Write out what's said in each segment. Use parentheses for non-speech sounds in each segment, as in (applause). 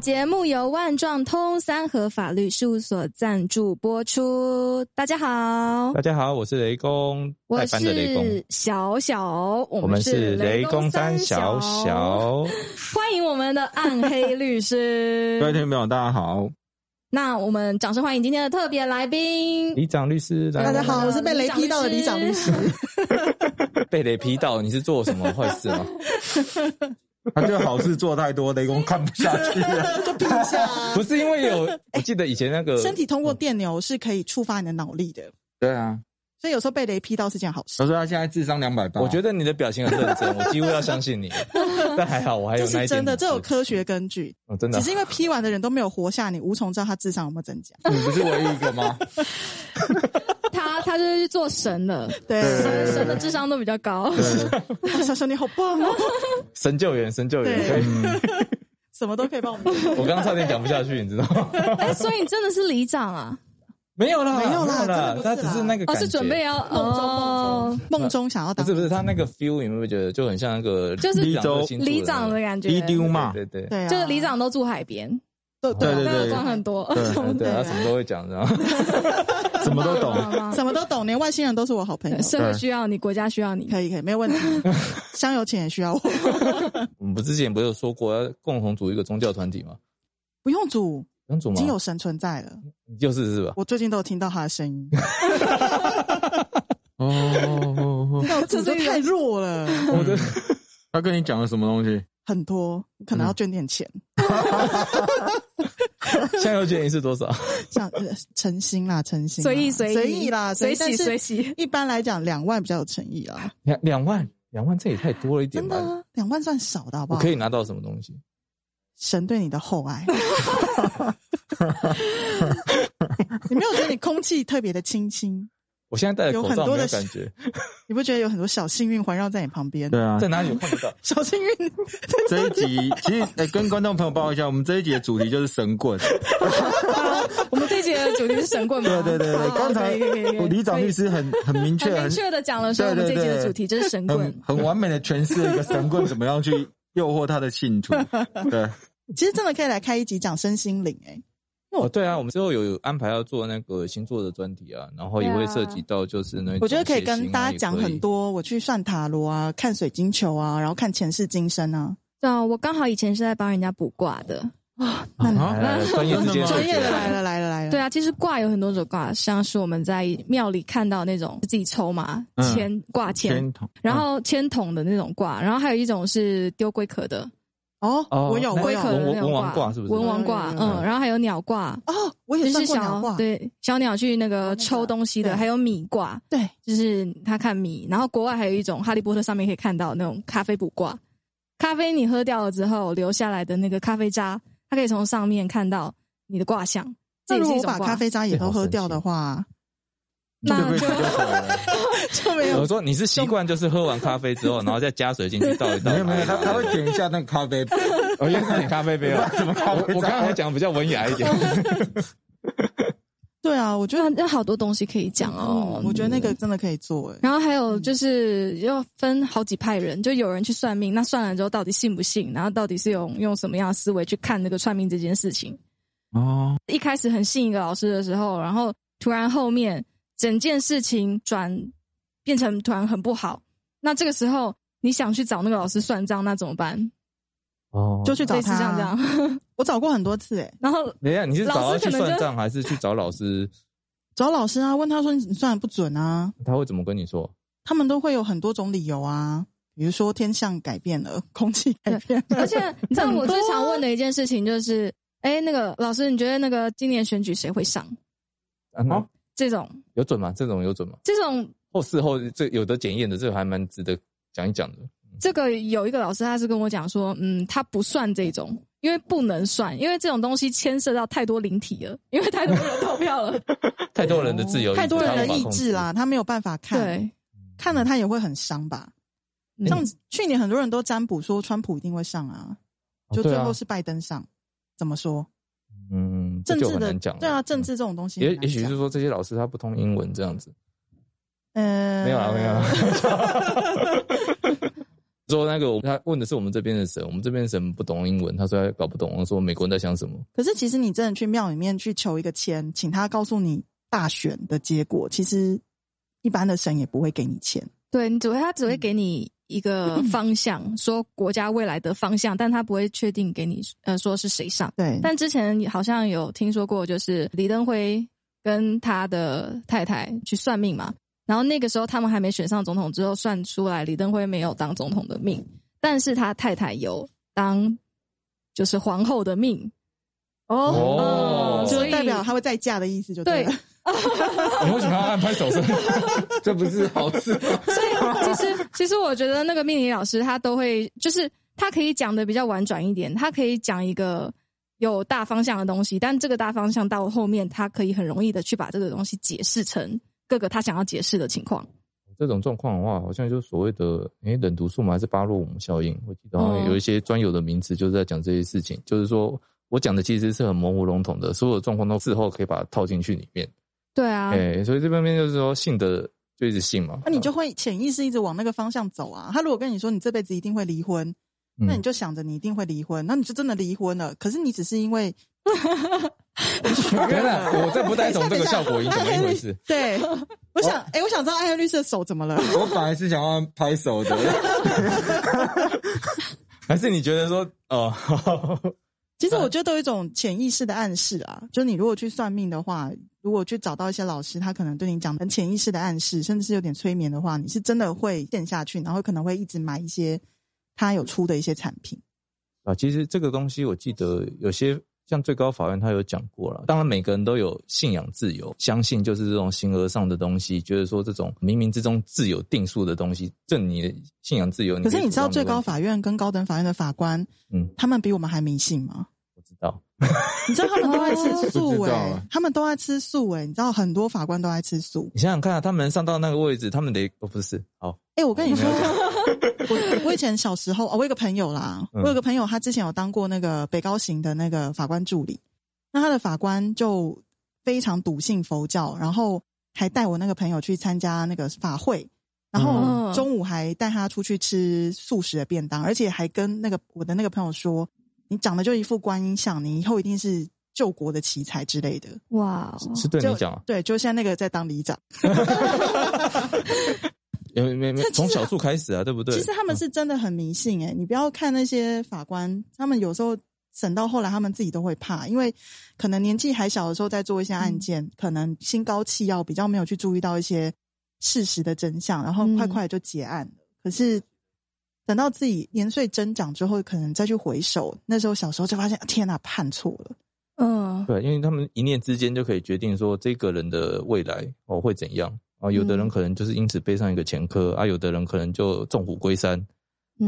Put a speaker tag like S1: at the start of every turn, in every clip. S1: 节目由万状通三和法律事务所赞助播出。大家
S2: 哦
S1: 好，
S3: 大家好，我是雷公，
S1: 我
S3: 代班的雷公
S1: 是，小小，
S3: 我
S1: 我
S3: 们
S1: 是
S3: 雷公
S1: 三
S3: 三小
S1: 小，
S3: 小。
S1: 欢迎我们的暗黑律师
S3: (laughs) 各。位听众朋友，大家好，
S1: 那我们掌声欢迎今天的特别来宾，
S3: 李长律师，来
S2: 大家好，
S1: 我
S2: 我
S1: 是
S2: 是
S1: 被
S2: 被
S1: 雷
S2: 雷
S1: 劈
S2: 劈
S1: 到
S2: 到
S1: 的
S2: 的
S1: 李
S2: 李
S1: 长
S2: 长
S1: 律
S2: 律
S1: 师
S2: 师。
S3: 被雷劈到，你是做什么坏
S2: (laughs)
S3: 事吗？
S4: 他就好事做太多，雷公看不下去
S2: (laughs)
S4: 了。
S2: 就评一下啊，
S3: 不是因为有，我记得以前那个
S2: 身体通过电流是可以触发你的脑力的，
S4: 对啊，
S2: 所以有时候被雷劈到是件好事
S4: 他。说他现在智商两百八，
S3: 啊我觉得你的表情很认真，我几乎要相
S2: (laughs)
S3: 信你了。但还好，我还有
S2: 这
S3: 那一点
S2: 是真的，
S3: 理智
S2: 这有科学根据。
S3: 哦真的
S2: 只是因为劈完的人都没有活下，你无从知道他智商有没有增加。
S4: 得你不是唯一一个吗？
S1: 他他就是去做神了，
S2: 对，
S1: 神神的智商都比较高。
S4: 对，
S2: 小小你好棒哦，
S3: 神救援，神救援。
S2: 对
S3: 所以
S4: 嗯，
S2: 什么都可以帮我们。
S3: 我刚刚差点讲不下去，你知道
S2: (laughs)
S3: 吗？
S1: (laughs) 哎，所以你真的是里长啊？
S3: 没有啦，
S2: 没有啦
S3: 没有
S2: 真的不是啊
S3: 他
S2: 啦
S3: 只是那个
S1: 哦，
S3: 感
S1: 是准
S3: 觉
S1: 备要
S2: 梦中
S1: 哦，
S2: 梦中想
S3: 不
S2: 要当
S3: 是不是，他那个 feel 你们会觉得就很像那个
S1: 就是
S3: 里长的星座
S1: 里长
S3: 那
S1: 的
S3: 个
S1: 感觉，
S4: (laughs) 一丢嘛，
S3: 对对对
S2: 对啊，
S1: 就是里长都住海边，
S2: 对
S4: 对
S2: 啊
S4: 对
S1: 那
S4: 对
S1: 装很多，
S4: 对，
S3: 哎对，啊他什么都会讲，然后
S2: (laughs)
S4: 什
S1: (laughs)
S4: 么都
S1: 嗯
S4: 懂。
S2: 什么都懂，连外星人都是我好朋友。
S1: 社会需要你，国家需要你。
S2: 可以可以，没有问题。香油钱也需要我，
S3: 我们不之前不是有说过要共同组一个宗教团体吗？
S2: 不用煮，
S3: 能组
S2: 已
S3: 吗
S2: 经？有神存在了。
S3: 就是是吧？
S2: 我最近都有听到他的声音，
S4: 哦哦，哦哦
S2: 那我这就太弱了。
S3: 我的
S4: 他跟你讲了什么东西？
S2: 很多，你可能
S3: 嗯
S2: 要捐点钱，
S3: 香油卷一次多
S2: (laughs)
S3: 少？
S2: 像呃诚心啦，诚心啦
S1: 随意随意
S2: 随意啦，
S1: 随喜
S2: 但是
S1: 随喜
S2: 一般来讲，两万比较有诚意啦，
S3: 两两万，两万这也太多了一点
S2: 真的
S3: 吧？
S2: 啊，两万算少的好不
S3: 我
S2: 好？
S3: 可以拿到什么东西？
S2: 神对你的厚爱，你没有觉得你空气特别的清新？
S3: 我现在戴着口
S2: 有很
S3: 罩
S2: 多
S3: 没
S2: 的
S3: 有感
S2: (laughs)
S3: 觉，
S2: 你不觉得有很多小幸运环绕在你旁边？
S4: 对啊
S3: 在，哪里有看
S2: (laughs)
S3: 不到？
S2: 小幸运，
S4: 这一集其实哎，跟观众朋友报一下，我们这一集的主题就是神棍。
S1: 我们这集的主题是神棍嘛？
S4: 对对对
S1: 好
S4: 对，
S1: 好
S4: 刚才
S1: 可以可以可以
S4: 我李长律师很很明
S1: 哦很
S4: 确，
S1: 明
S4: 很
S1: 确的讲了，说我们这
S4: 对对
S1: 集的
S4: 对
S1: 主题就是神棍
S4: 很。很完美的诠释了一个神棍怎么样去诱惑他的信徒。对，
S2: 其实真的可以来开一集讲身心灵，哎，
S3: 哦，对啊，我们之后有安排要做那个星座的专题啊，然后也会涉及到就是那种
S2: 我觉得可
S3: 血型
S2: 以跟
S3: 啊
S2: 大家
S3: 也
S2: 讲
S3: 可以
S2: 很多，我去算塔罗啊，看水晶球啊，然后看前世今生啊，
S1: 对啊，我刚好以前是在帮人家卜卦的。
S2: 那你
S3: 来来来专业之间
S4: 真的吗
S2: 专业的来
S3: 了。
S2: 了来了来了，
S1: 对啊，其实卦有很多种卦，像是我们在庙里看到那种自己抽嘛，
S4: 嗯
S1: 签挂签，
S4: 天堂
S1: 然后签筒的那种卦，然后还有一种是丢龟壳的，
S2: 哦
S3: 哦，
S2: 我有
S3: 那
S2: 我
S1: 龟
S2: 有
S1: 壳的那
S3: 文
S1: 种
S3: 王卦是不是
S1: 文王卦，
S2: 有有有
S1: 嗯，然后还有鸟卦，
S2: 哦，我
S1: 就
S2: 也算
S1: 是
S2: 过鸟啊
S1: 小
S2: 卦，
S1: 对小鸟去那个
S2: 个
S1: 抽东西的，
S2: 对
S1: 还有米卦，
S2: 对
S1: 就是他看米，然后国外还有一种《哈利波特》上面可以看到那种咖啡卜卦，咖啡你喝掉了之后留下来的那个咖啡渣，它可以从上面看到你的卦象，这也
S2: 那
S1: 是一
S2: 如果我
S1: 种
S2: 把
S1: 卦
S2: 咖。啡渣也都喝掉的话，
S1: 那
S4: 嗯这辈子就毁了。
S2: (laughs) 就没
S3: 我
S2: 有
S3: 说你是习惯就是喝完咖啡之后，然后再加水进去倒
S2: (laughs)
S3: 一倒。哦
S4: 没有没有，他他会舔一下那个
S3: (laughs)
S4: 咖啡杯，
S3: 我用点咖啡杯
S2: (laughs)
S3: 啊，
S4: 怎么咖
S3: 我
S4: 啡渣
S3: 我刚刚还讲比较文雅一点，
S2: 对啊，我觉
S1: 那
S2: 得
S1: 那好多东西可以讲哦嗯
S2: 嗯，。我觉得那个真的可以做哎，
S1: 然后还有就是
S2: 嗯
S1: 要分好几派人，就有人去算命，那算了之后到底信不信，然后到底是用用什么样的思维去看那个算命这件事情。
S4: 哦，
S1: 一开始很信一个老师的时候，然后突然后面整件事情转变成突然很不好，那这个时候你想去找那个老师算账，那怎么办？
S3: (laughs) 哦
S2: 就去找
S1: 类似
S2: 他啊
S1: 像这样，
S2: (laughs)
S1: (laughs)
S2: 我找过很多次哎，
S1: 然
S2: (laughs)
S1: 后
S3: 等一下，你是找
S1: 老
S3: 他
S1: 师可
S3: 去
S1: 能就
S3: 算账，还是去找老师？
S2: 找老师啊，问他说你算的不准啊，
S3: 他会怎么跟你说？
S2: 他们都会有很多种理由啊，比如说天象改变了，空气改变了，
S1: 而且你知道我
S2: 啊
S1: 最常问的一件事情就是，哎，那个老师，你觉得那个今年选举谁会上？
S3: 啊，那
S4: 哦
S1: 这种
S3: 有准吗？这种有准吗？
S1: 这种
S3: 后事后这有的检验的，这个还蛮值得讲一讲的。
S1: 这个有一个老师，他是跟我讲说，嗯，他不算这种，因为不能算，因为这种东西牵涉到太多灵体了，因为太多人投票了。
S3: 太多人的自由，
S2: 哦 (laughs) 太多人的意志啦，他没有办法看，
S1: 对，
S2: 看了他也会很伤吧。
S1: 嗯
S2: 像去年很多人都占卜说川普一定会上啊，
S3: 哦，
S2: 就
S3: 对
S2: 最
S3: 啊
S2: 后是拜登上，怎么说？
S3: 嗯，这
S2: 政
S3: 就
S2: 治
S3: 很
S2: 的
S3: 难讲了。
S2: 对啊，政治这种东西
S3: 也
S2: 很难
S3: 也许
S2: 讲
S3: 是说这些老师他不通英文这样子。(laughs)
S2: 呃 (laughs)
S3: 啊没有啦，没有啦。之后那个我他问的是我们这边的神，我们这边的神不懂英文，他说他搞不懂，我说美国人在想什
S2: (laughs)
S3: 么。
S2: 可是其实你真的去庙里面去求一个签，请他告诉你大选的结果，其实一般的神也不会给你签。
S1: 对你只会他只会给你一个方向， (laughs) 说国家未来的方向，但他不会确定给你呃说是谁上。
S2: 对，
S1: 但之前好像有听说过，就是李登辉跟他的太太去算命嘛，然后那个时候他们还没选上总统，之后算出来李登辉没有当总统的命，但是他太太有当就是皇后的命。
S3: 哦
S1: 嗯
S2: 就
S1: 所
S2: 是
S1: 以
S2: 代表他会再嫁的意思就对了。
S1: 对
S3: 你为什么要按拍手势？ (laughs) 这不是好事吗？
S1: 其 (laughs) 实，其实我觉得那个命理老师他都会，就是他可以讲的比较婉转一点，他可以讲一个有大方向的东西，但这个大方向到后面，他可以很容易的去把这个东西解释成各个他想要解释的情况。
S3: 这种状况的话，好像就是所谓的诶冷读数嘛，还是巴洛姆效应？我记得好
S2: 哦
S3: 像有一些专有的名词就是在讲这些事情，就是说我讲的其实是很模糊笼统的，所有状况都事后可以把它套进去里面。
S1: 对啊，
S3: 哎、所以这方面就是说信的就一直信嘛。
S2: (laughs) 那啊你就会潜意识一直往那个方向走啊。他如果跟你说你这辈子一定会离婚，
S3: 嗯
S2: 那你就想着你一定会离婚，那你就真的离婚了。可是你只是因为
S3: 原来我这不太懂这
S2: 等一
S3: 个
S2: 下
S3: 效果音
S2: (laughs)
S3: 怎么一回事。
S2: 对，我想哎、我想知道艾律师的手怎么了？
S4: (laughs) 我本来是想要拍手的，
S3: (laughs) 还是你觉得说哦， (laughs)
S2: 其实我觉得都有一种潜意识的暗示啊，就你如果去算命的话，如果去找到一些老师，他可能对你讲很潜意识的暗示，甚至是有点催眠的话，你是真的会陷下去，然后可能会一直买一些他有出的一些产品。
S3: 啊，其实这个东西我记得有些像最高法院他有讲过了，当然每个人都有信仰自由，相信就是这种形而上的东西，觉得说这种冥冥之中自有定数的东西，这你的信仰自由。
S2: 可
S3: 以
S2: 是你知道
S3: 主张
S2: 最
S3: 嗯没问
S2: 高
S3: 题
S2: 法院跟高等法院的法官，
S3: 嗯，
S2: 他们比我们还迷信吗？
S3: 我知道，
S2: 你知道
S3: (laughs)
S2: 他们都爱吃素
S4: 不知
S2: 哎、
S4: 道啊
S2: 他们都爱吃素哎、你知道很多法官都爱吃素。
S3: 你想想看啊，他们上到那个位置，他们得哦不是好
S2: 哎、我跟你
S3: (laughs)
S2: 说
S3: 没有，
S2: 我我以前小时候，哦、我有个朋友啦，
S3: 嗯
S2: 我有个朋友，他之前有当过那个北高行的那个法官助理，那他的法官就非常笃信佛教，然后还带我那个朋友去参加那个法会，然后
S1: 嗯
S2: 中午还带他出去吃素食的便当，而且还跟那个我的那个朋友说，你长得就一副观音像，你以后一定是救国的奇才之类的。
S1: 哇哦，
S3: 是对
S2: 就
S3: 你讲啊，
S2: 对，就像那个在当里长，
S3: 没没没
S2: 这其实
S3: 从小处开始啊，对不对？
S2: 其实他们是真的很迷信哎、你不要看那些法官，他们有时候审到后来，他们自己都会怕，因为可能年纪还小的时候在做一些案件，
S3: 嗯
S2: 可能心高气傲，比较没有去注意到一些事实的真相，然后
S1: 嗯
S2: 快快就结案了。可是等到自己年岁增长之后，可能再去回首，那时候小时候就发现，天哪、判错了。
S1: 嗯，
S3: 对，因为他们一念之间就可以决定说这个人的未来哦会怎样啊、有的人
S2: 嗯
S3: 可能就是因此背上一个前科、啊，有的人可能就纵虎归山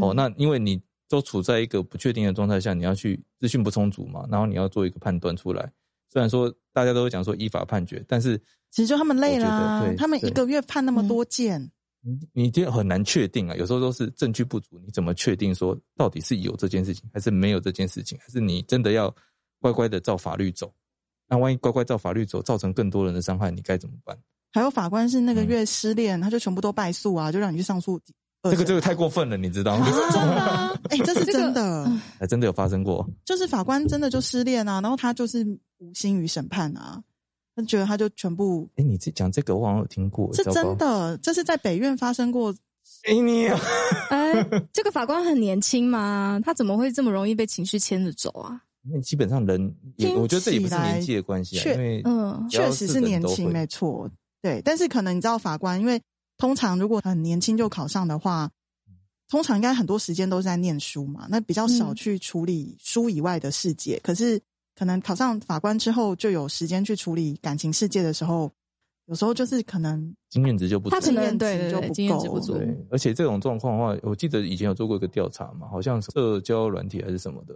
S3: 哦。
S1: 嗯
S3: 那因为你都处在一个不确定的状态下，你要去资讯不充足嘛，然后你要做一个判断出来。虽然说大家都会讲说依法判决，但是
S2: 其实就他们累
S3: 我觉
S2: 啦、
S3: 得对
S2: 他们一个月判那么多件，
S3: 你你这很难确定啊，有时候都是证据不足，你怎么确定说到底是有这件事情，还是没有这件事情，还是你真的要乖乖的照法律走？那万一乖乖照法律走，造成更多人的伤害，你该怎么办？
S2: 还有法官是那个
S3: 嗯
S2: 月失恋，他就全部都败诉啊，就让你去上诉。
S3: 这个这个太过分了，你知道吗
S2: 这？是真的、啊， (laughs) 哎、这是真的，
S3: (laughs) 还真的有发生过。
S2: 就是法官真的就失恋啊，然后他就是无心于审判啊，他觉得他就全部
S3: 哎，你这讲这个我好像有听过，
S2: 是真
S3: 糟糕。
S2: 的，这是在北院发生过，
S3: 哎你啊，
S1: (laughs) 哎、这个法官很年轻嘛，他怎么会这么容易被情绪牵着走啊？
S3: (laughs) 因为基本上人也，
S2: 听
S3: 我觉得这也不是
S2: 起来
S3: 年纪的关系啊，
S2: 确
S3: 因为
S1: 嗯
S3: 只要
S2: 确实是
S3: 人
S2: 年
S3: 都
S2: 轻，欸
S3: 会
S2: 没错，对，但是可能你知道法官，因为通常如果很年轻就考上的话。通常应该很多时间都是在念书嘛，那比较少
S1: 嗯
S2: 去处理书以外的世界。可是可能考上法官之后，就有时间去处理感情世界的时候，有时候就是可能
S3: 经验值就不足
S1: 他。可
S2: 经
S1: 能
S2: 验
S1: 对
S2: 值
S1: 对
S2: 就
S1: 对，
S2: 不
S1: 经验值
S2: 够
S1: 不足
S3: 对，而且这种状况的话，我记得以前有做过一个调查嘛，好像社交软体还是什么的，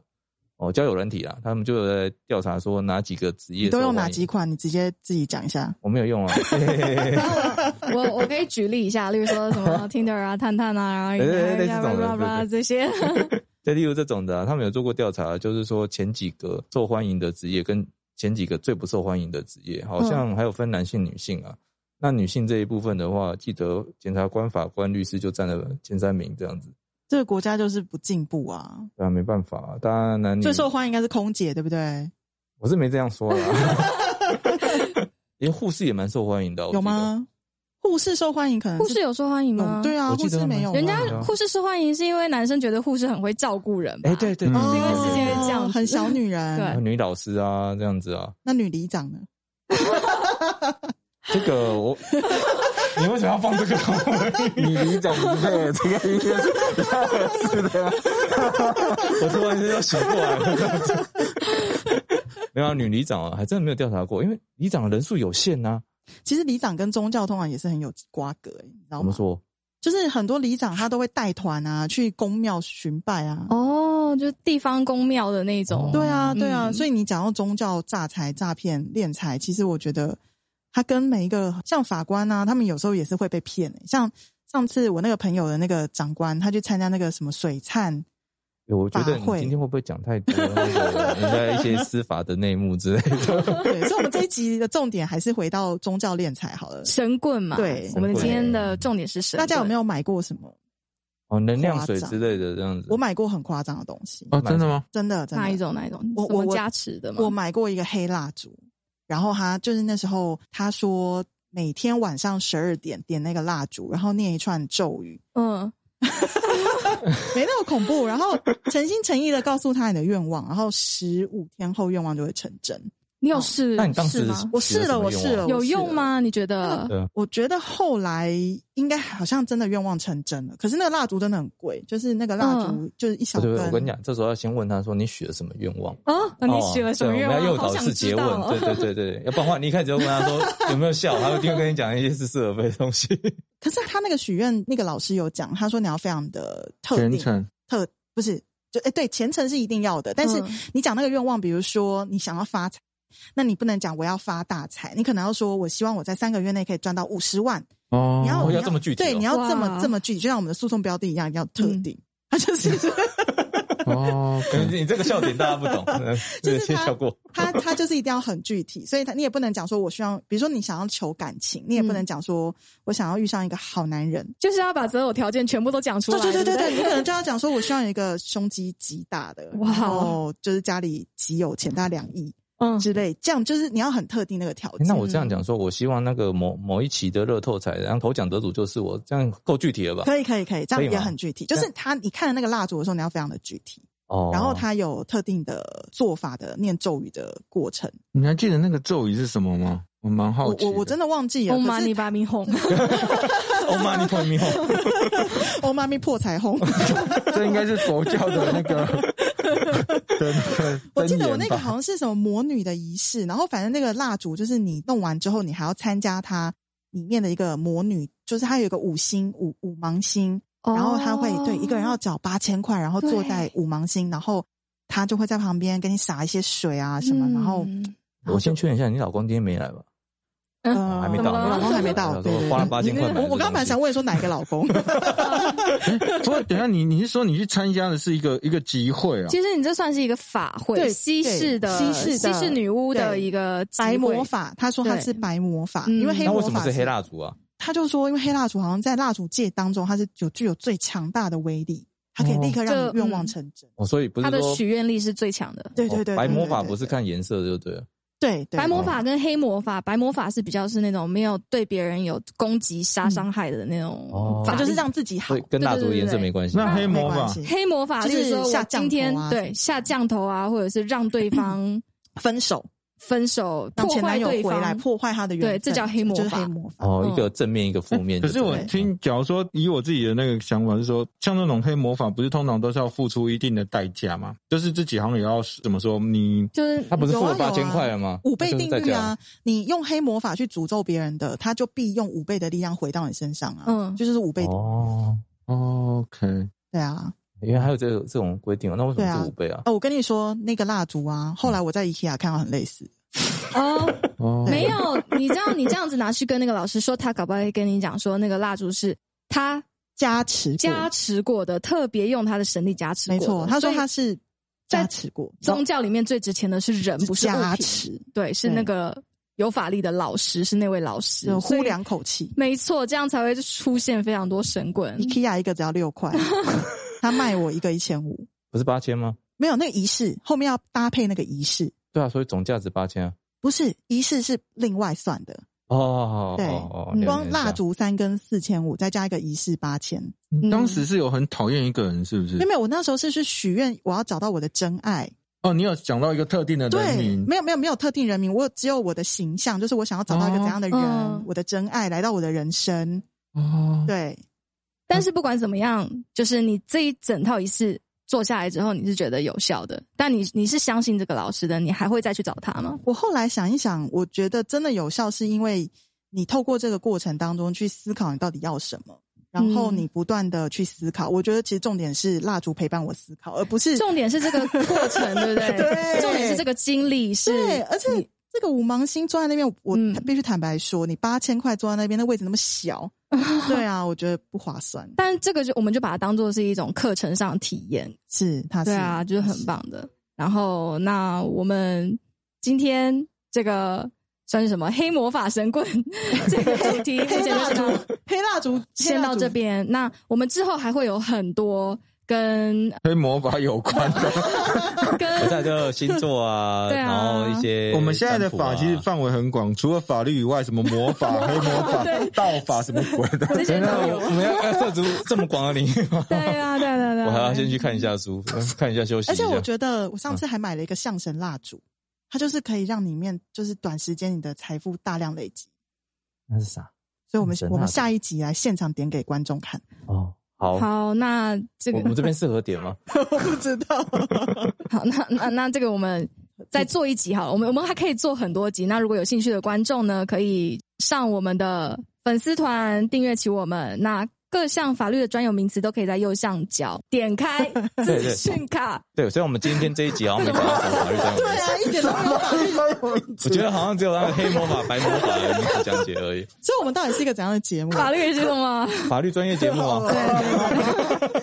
S3: 哦，交友软体啦，他们就有在调查说哪几个职业
S2: 你都
S3: 受
S2: 用哪
S3: 欢迎
S2: 几？款？你直接自己讲一下。
S3: 我没有用啊， (laughs) 嘿嘿嘿嘿嘿
S1: (laughs) 我我可以举例一下，例如说什
S3: (laughs)
S1: 么 Tinder 啊、探探啊，
S3: 对
S1: 然后
S3: 对对哎类似这种的
S1: blah blah blah
S3: 对对
S1: 这些，
S3: (laughs) 对，例如这种的、啊，他们有做过调查，就是说前几个受欢迎的职业跟前几个最不受欢迎的职
S2: 嗯
S3: 业，好像还有分男性、女性啊。那女性这一部分的话，记得检察官、法官、律师就占了前三名这样子。
S2: 这个国家就是不进步啊。
S3: 对啊，没办法、啊，当然男女
S2: 最受欢迎应该是空姐，对不对？
S3: 我是没这样说啦。 (laughs) 因为护士也蛮受欢迎的，我
S2: 有
S3: 记得？
S2: 吗？护士受欢迎可能
S1: 护士有受欢迎吗？
S2: 嗯对啊，
S3: 我记
S2: 护
S3: 得
S2: 士没有吗，
S1: (laughs) 人家
S3: 对啊
S1: 护士受欢迎是因为男生觉得护士很会照顾人吧？
S3: 哎、对对，
S4: 嗯
S3: 对
S2: 哦
S3: 对
S1: 因为世界会这样子
S2: 很小女人。
S1: 对
S3: 女老师啊，这样子啊，
S2: 那女里长呢？
S3: 这个我，你为什么要放这个东西？
S4: (laughs) 你理长不对，这个应该是是的呀。
S3: (laughs) 我突然间要醒过来了，这样子。没有、啊、女里长啊，还真的没有调查过，因为里长的人数有限呐、
S2: 其实里长跟宗教通常也是很有瓜葛、欸，你知
S3: 啊。
S2: 道
S3: 怎么
S2: 吗？
S3: 说？
S2: 就是很多里长他都会带团啊，去公庙巡拜啊。
S1: 哦，就是地方公庙的那
S3: 哦
S1: 种。
S2: 对啊，对啊，
S1: 嗯
S2: 所以你讲到宗教诈财、诈骗、敛财，其实我觉得他跟每一个像法官啊，他们有时候也是会被骗、欸。像上次我那个朋友的那个长官，他去参加那个什么
S1: (laughs)
S2: 水忏，
S3: 我觉得
S2: 法
S3: 你
S2: 会
S3: 今天会不会讲太多那个人家一些司法的内幕之类的？
S2: 对，所以我们这一集的重点还是回到宗教敛财好了。
S1: 神棍嘛，
S2: 对
S1: 我们
S3: 神棍
S1: 今天的重点是神
S2: 大
S1: 棍。
S2: 家有没有买过什么？
S3: 哦，能量水之类的这样子。
S2: 我买过很夸张的东西，
S4: 哦，真的吗？
S2: 真的，真的
S1: 哪一种哪一种？
S2: 我
S1: 什么
S2: 我我
S1: 加持的吗？
S2: 我买过一个黑蜡烛，然后他就是那时候他说每天晚上十二点点那个蜡烛，然后念一串咒语，
S1: 嗯，
S2: 没那么恐怖。 (laughs) 然后诚心诚意的告诉他你的愿望，然后十五天后愿望就会成真。
S1: 你有试？
S3: 哦那你当
S1: 试
S3: 时
S1: 吗？
S2: 我试了
S3: 有什么
S2: 我试了
S3: 用啊
S1: 有用吗？你觉得？
S3: 对啊，
S2: 我觉得后来应该好像真的愿望成真了，可是那个蜡烛真的很贵，就是那个蜡烛就是一小
S3: 不对
S2: 根。
S3: 不对，我跟你讲，这时候要先问他说你许了什么愿望。
S1: 哦，那你许了什么愿
S3: 哦对
S1: 望？
S3: 我们要
S1: 好
S3: 诱导
S1: 想
S3: 式
S1: 知
S3: 诘
S1: 道
S3: 问，
S1: 哦。
S3: 对对对对，对要不然的话，你一开始就问他说
S2: (laughs)
S3: 有没有笑，他一定会跟你讲一些似是而非的东西。
S2: 可是他那个许愿，那个老师有讲，他说你要非常的特
S4: 全
S2: 定
S4: 程
S2: 特不是就哎、对虔诚是一定要的，但是
S1: 嗯
S2: 你讲那个愿望，比如说你想要发财，那你不能讲我要发大财，你可能要说我希望我在三个月内可以赚到五十万，
S3: (laughs)
S4: 哦，
S2: 你要
S3: 哦
S2: 你
S3: 要这么具体哦
S2: 对，你要这么
S1: 哇嗯
S2: 这么具体，就像我们的诉讼标的一样，一定要特定。他 (laughs) 就是
S4: 哦，
S2: (laughs)
S3: 你你这个笑点大家不懂，嗯
S2: 就
S3: 对
S2: 是
S3: 先
S2: 他
S3: 跳过。
S2: (laughs) 他他就是一定要很具体，所以他你也不能讲说我希望，比如说你想要求感情，你也
S1: 嗯
S2: 不能讲说我想要遇上一个好男人，
S1: 就是要把择偶条件全部都讲出来。
S2: 对对
S1: 对
S2: 对
S1: 不
S2: 对，你可能就要讲说，我希望有一个胸肌极大的，
S1: 哇哦
S2: 然后就是家里极有钱，大概两亿
S1: 嗯，
S2: 之类，这样就是你要很特定那个条
S3: 诶
S2: 件。
S3: 那我这样讲说，我希望那个某某一期的热透彩，然后头奖得主就是我，这样够具体了吧？
S2: 可以可以可以，这
S3: 可以
S2: 样
S3: 吗
S2: 也很具体。就是他，你看了那个蜡烛的时候，你要非常的具体，
S3: 哦，
S2: 然后他有特定的做法的念咒语的过程。
S4: (laughs) 你还记得那个咒语是什么吗？我蛮好
S2: 我
S4: 奇
S2: 我我真的忘记了。
S1: 哦妈，
S2: 可是 (laughs)
S1: 你把米哄。
S3: 哦妈，你看没有？
S2: 哦妈咪破
S3: (laughs)
S2: 彩虹，
S4: 的， (laughs) 这应该是佛教的那
S2: (laughs)
S4: 个的那个
S2: 我记得
S4: 真
S2: 我那
S4: 言
S2: 个
S4: 吧
S2: 好像是什么魔女的仪式，然后反正那个蜡烛就是你弄完之后，你还要参加它里面的一个魔女，就是它有一个五星五五芒星，
S1: 哦
S2: 然后他会对一个人要缴八千块，然后坐在五芒星，然后他就会在旁边给你洒一些水啊什么，然后
S1: 嗯
S3: 我先确认一下，你老公今天没来吧？
S2: 呃
S3: (laughs) 还没
S1: 到
S2: 老公还没到，
S3: 我
S2: 对
S3: 说
S2: 对，
S3: 花了
S2: 对
S3: 8000块买
S2: 我我
S3: 这东
S2: 刚刚本来
S3: 西
S2: 想问说哪一个老公，
S4: 哎不过等一下你你是说你去参加的是一个一个集会啊？
S1: 其实你这算是一个法会，
S2: 对
S1: 西
S2: 对
S1: 式的
S2: 西式的
S1: 西式女巫的
S2: 对
S1: 一个集
S2: (laughs) 白魔
S1: 会
S2: 法，他说他是白魔法，
S1: 嗯
S2: 因为黑
S3: 那为
S2: 魔
S3: 什么
S2: 法
S3: 是黑蜡烛啊？
S2: 他就说因为黑蜡烛好像在蜡烛界当中，它是有具有最强大的威力，它可以立刻让
S1: 哦
S2: 你愿望
S1: 就嗯
S2: 成真。
S3: 哦，所以不是
S1: 他的
S3: 说
S1: 许愿力是最强的。
S2: 对对对，
S3: 哦白
S2: 对
S3: 魔
S2: 对
S3: 法
S2: 对
S3: 不是
S2: 对
S3: 看颜色就对了。
S2: 对对
S1: 白魔法跟黑魔法，白魔法是比较是那种没有对别人有攻击、杀伤害的那种
S3: 哦
S1: 法
S2: 法
S1: 力，
S2: 就是让自己好
S3: 所以，跟蜡烛的颜色没关系。
S4: 那黑
S2: 没
S4: 魔
S2: 关
S4: 法
S2: 系。
S1: 黑魔法
S2: 就是
S1: 是说
S2: 下
S1: 我
S2: 降
S1: 今
S2: 头
S1: 天
S2: 啊
S1: 对下降头啊，或者是让对方
S2: 分手
S1: 分手、
S2: 让
S1: 破
S2: 前男
S1: 坏
S2: 友
S1: 对
S2: 回来
S1: 方。
S2: 破坏他的缘
S1: 对
S2: 分，
S1: 这叫黑魔
S2: 就是
S1: 法
S2: 黑魔法。
S3: 哦，
S1: 嗯
S3: 一个正面，一个负面
S4: 可
S3: 就对
S4: 是
S3: 了。
S4: 我
S2: 嗯
S4: 听，假如说以我自己的那个想法是说，像那种黑魔法，不是通常都是要付出一定的代价吗？就是自己好像也要怎么说，你
S1: 就是
S3: 他不是付了
S2: 有啊
S3: 八
S2: 有
S3: 千
S2: 啊
S3: 块了吗？
S2: 五倍
S3: 就是
S2: 定
S3: 在
S2: 律
S3: 讲
S2: 啊！，你用黑魔法去诅咒别人的，他就必用五倍的力量回到你身上啊。
S3: (laughs)
S1: 嗯
S2: 这就是五倍，
S3: 哦，
S4: OK，
S2: 对啊。
S3: 原来还有这个这种规定哦，那为什
S2: 对啊
S3: 么是五倍啊？
S2: 哦，我跟你说，那个蜡烛啊，后来
S3: 嗯
S2: 我在 IKEA 看到很类似，
S1: 哦，
S4: 哦，
S1: 没有，你知道你这样子拿去跟那个老师说，他搞不好会跟你讲说，那个蜡烛是他
S2: 加持过
S1: 加，持过的，特别用他的神力加持过
S2: 没
S1: 的。
S2: 错，他说
S1: 所以
S2: 他是加持过，
S1: 宗教里面最值钱的是人，不是物
S2: 加
S1: 品。
S2: 持，
S1: 对，是
S2: 对
S1: 那个有法力的老师，是那位老师
S2: 就。
S1: 所以
S2: 呼两口气
S1: 没错，这样才会出现非常多神棍。
S2: 啊
S1: (laughs)
S2: ，IKEA 一个只要六块，他卖我一个一千五，
S3: 不是八千吗？
S2: 没有那个仪式，后面要搭配那个仪式，
S3: 对啊，所以总价值八千啊。
S2: 不是仪式是另外算的，
S3: 哦哦
S2: 对
S3: 哦，
S1: 嗯
S3: 了解
S2: 光
S3: 一下
S2: 蜡烛三根四千五，再加一个仪式八千。
S4: 你
S1: 嗯
S4: 当时是有很讨厌一个人，是不是
S2: 没有？没有，我那时候是去许愿，我要找到我的真爱。
S4: 哦，你有讲到一个特定的人
S2: 对，
S4: 名，
S2: 没有没有没有特定人名，我只有我的形象，就是我想要找到一个怎样的人，
S1: 哦嗯
S2: 我的真爱来到我的人生。
S4: 哦，
S2: 对，
S1: 但是不管怎么样，就是你这一整套仪式做下来之后，你是觉得有效的，但你你是相信这个老师的，你还会再去找他吗？
S2: 我后来想一想，我觉得真的有效，是因为你透过这个过程当中去思考你到底要什么，然后
S1: 嗯
S2: 你不断的去思考。我觉得其实重点是蜡烛陪伴我思考，而不
S1: (laughs)
S2: 是
S1: 重点是这个过程，对不对？
S2: (laughs) 对
S1: 重点是这个经历是，
S2: 对，而且
S1: 你
S2: 这个五芒星坐在那边，我
S1: 嗯
S2: 我必须坦白说，你八千块坐在那边，那位置那
S1: (laughs)
S2: 么小，对啊，我觉得不划算。
S1: 但这个就我们就把它当做是一种课程上的体验，
S2: 是，他是
S1: 对啊，就是很。棒的。然后，那我们今天这个算是什么黑魔法神
S2: (laughs)
S1: 棍这个主题，目
S2: 黑
S1: 前就
S2: 蜡
S1: 是到
S2: 烛，黑蜡烛，
S1: 先到这边。那我们之后还会有很多
S2: (laughs)
S1: 跟
S4: 跟魔法有关的。
S3: 我
S1: 跟
S3: 在这星座啊，
S1: 对啊
S3: 然后一些
S4: 我们现在的
S3: 占卜
S4: 法
S3: 啊
S4: 其实范围很广，除了法律以外，什么魔
S2: (laughs)
S4: 法、黑魔法、道法什么鬼的，
S1: 这些
S3: 等
S1: 都
S3: 一下我
S1: 有
S3: 我。们要要涉足这么广的领域吗？
S1: 对啊，对啊对啊对啊，
S3: 我还要先去看一下书，看一下休息一
S2: 而且
S3: 下。
S2: 我觉得我上次还买了一个象神蜡烛，它就是可以让里面就是短时间你的财富大量累积。
S3: 那是啥？
S2: 所以我们
S3: 象神蜡烛
S2: 我们下一集来现场点给观众看， (laughs)
S3: 哦，好，
S1: 好，那这个
S3: 我我们这边适合点吗？
S2: 我不知道。
S1: (laughs) 好，那那那这个我们再做一集好了，我们我们还可以做很多集。那如果有兴趣的观众呢，可以上我们的粉丝团订阅起我们。那各项法律的专有名词都可以在右上角点开资讯卡，
S3: 对，所以我们今天这一集好像没讲到什么法律上
S2: (laughs) 对
S3: 面。
S2: (laughs) 啊，一点都没有法律。
S3: 我觉得好像只有那个黑魔法、白魔法的名词讲解而已。
S2: 所以我们到底是一个怎样的节 (laughs) 目？
S1: 法律是什么？
S3: 法律专业节目啊，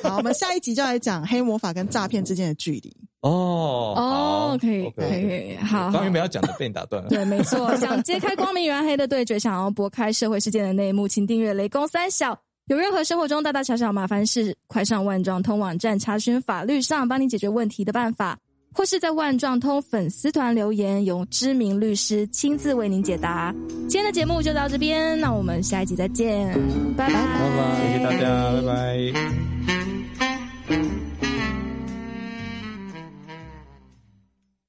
S2: 好，我们下一集就来讲黑魔法跟诈骗之间的距离。
S3: 哦，
S1: 哦
S3: 好，
S1: 可以，可
S3: OK，OK
S1: 以，可以，好。
S3: 刚
S1: 好
S3: 原本要讲的被你打断了。
S1: 对，没错。想揭开光明与暗黑的对决，想要拨开社会事件的内幕，请订阅《雷公三小》。有任何生活中大大小小麻烦事，快上万状通网站查询法律上帮你解决问题的办法，或是在万状通粉丝团留言，由知名律师亲自为您解答。今天的节目就到这边，那我们下一集再见，拜拜，
S3: 拜拜，谢谢大家，拜拜。